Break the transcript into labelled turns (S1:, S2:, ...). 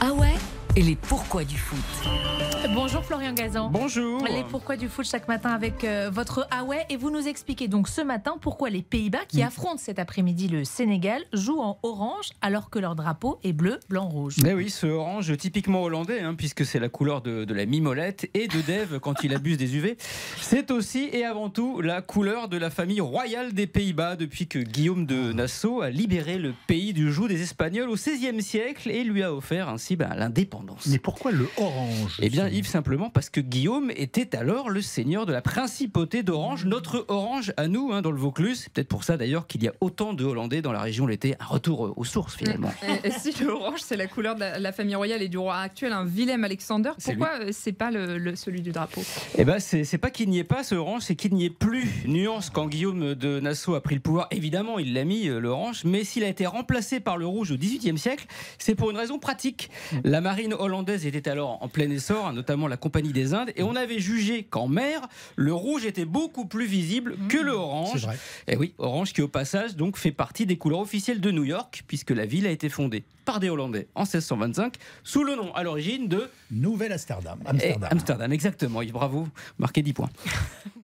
S1: Ah ouais Et les pourquoi du foot.
S2: Bonjour Florian Gazan.
S3: Bonjour.
S2: Les pourquoi du foot chaque matin avec euh, votre Ah ouais et vous nous expliquez donc ce matin pourquoi les Pays-Bas qui affrontent cet après-midi le Sénégal jouent en orange alors que leur drapeau est bleu, blanc, rouge.
S3: Mais Eh oui, ce orange typiquement hollandais, hein, puisque c'est la couleur de, de la mimolette et de Dev quand il abuse des UV. C'est aussi et avant tout la couleur de la famille royale des Pays-Bas depuis que Guillaume de Nassau a libéré le pays du joug des Espagnols au XVIe siècle et lui a offert ainsi ben, l'indépendance.
S4: Mais pourquoi le orange
S3: Eh bien, Yves, simplement parce que Guillaume était alors le seigneur de la principauté d'Orange, notre Orange à nous, hein, dans le Vaucluse. C'est peut-être pour ça d'ailleurs qu'il y a autant de Hollandais dans la région l'été. Un retour euh, aux sources finalement.
S5: Et- et si le orange, c'est la couleur de la, la famille royale et du roi actuel, un Willem Alexander,
S3: C'est lui.
S5: pourquoi euh, c'est pas le, le- celui du drapeau
S3: Eh ben, c'est c'est pas qu'il n'y ait pas ce orange, c'est qu'il n'y ait plus. Nuance, quand Guillaume de Nassau a pris le pouvoir, évidemment, il l'a mis, euh, l'orange, mais s'il a été remplacé par le rouge au XVIIIe siècle, c'est pour une raison pratique. La marine hollandaise était alors en plein essor, hein, notamment la Compagnie des Indes, et on avait jugé qu'en mer, le rouge était beaucoup plus visible que le
S4: C'est
S3: orange.
S4: vrai.
S3: Et oui, orange qui, au passage, donc fait partie des couleurs officielles de New York, puisque la ville a été fondée par des Hollandais en 1625, sous le nom à l'origine de
S4: Nouvelle Amsterdam.
S3: eh,
S4: Amsterdam.
S3: Amsterdam, exactement. Yves, bravo, marqué 10 points.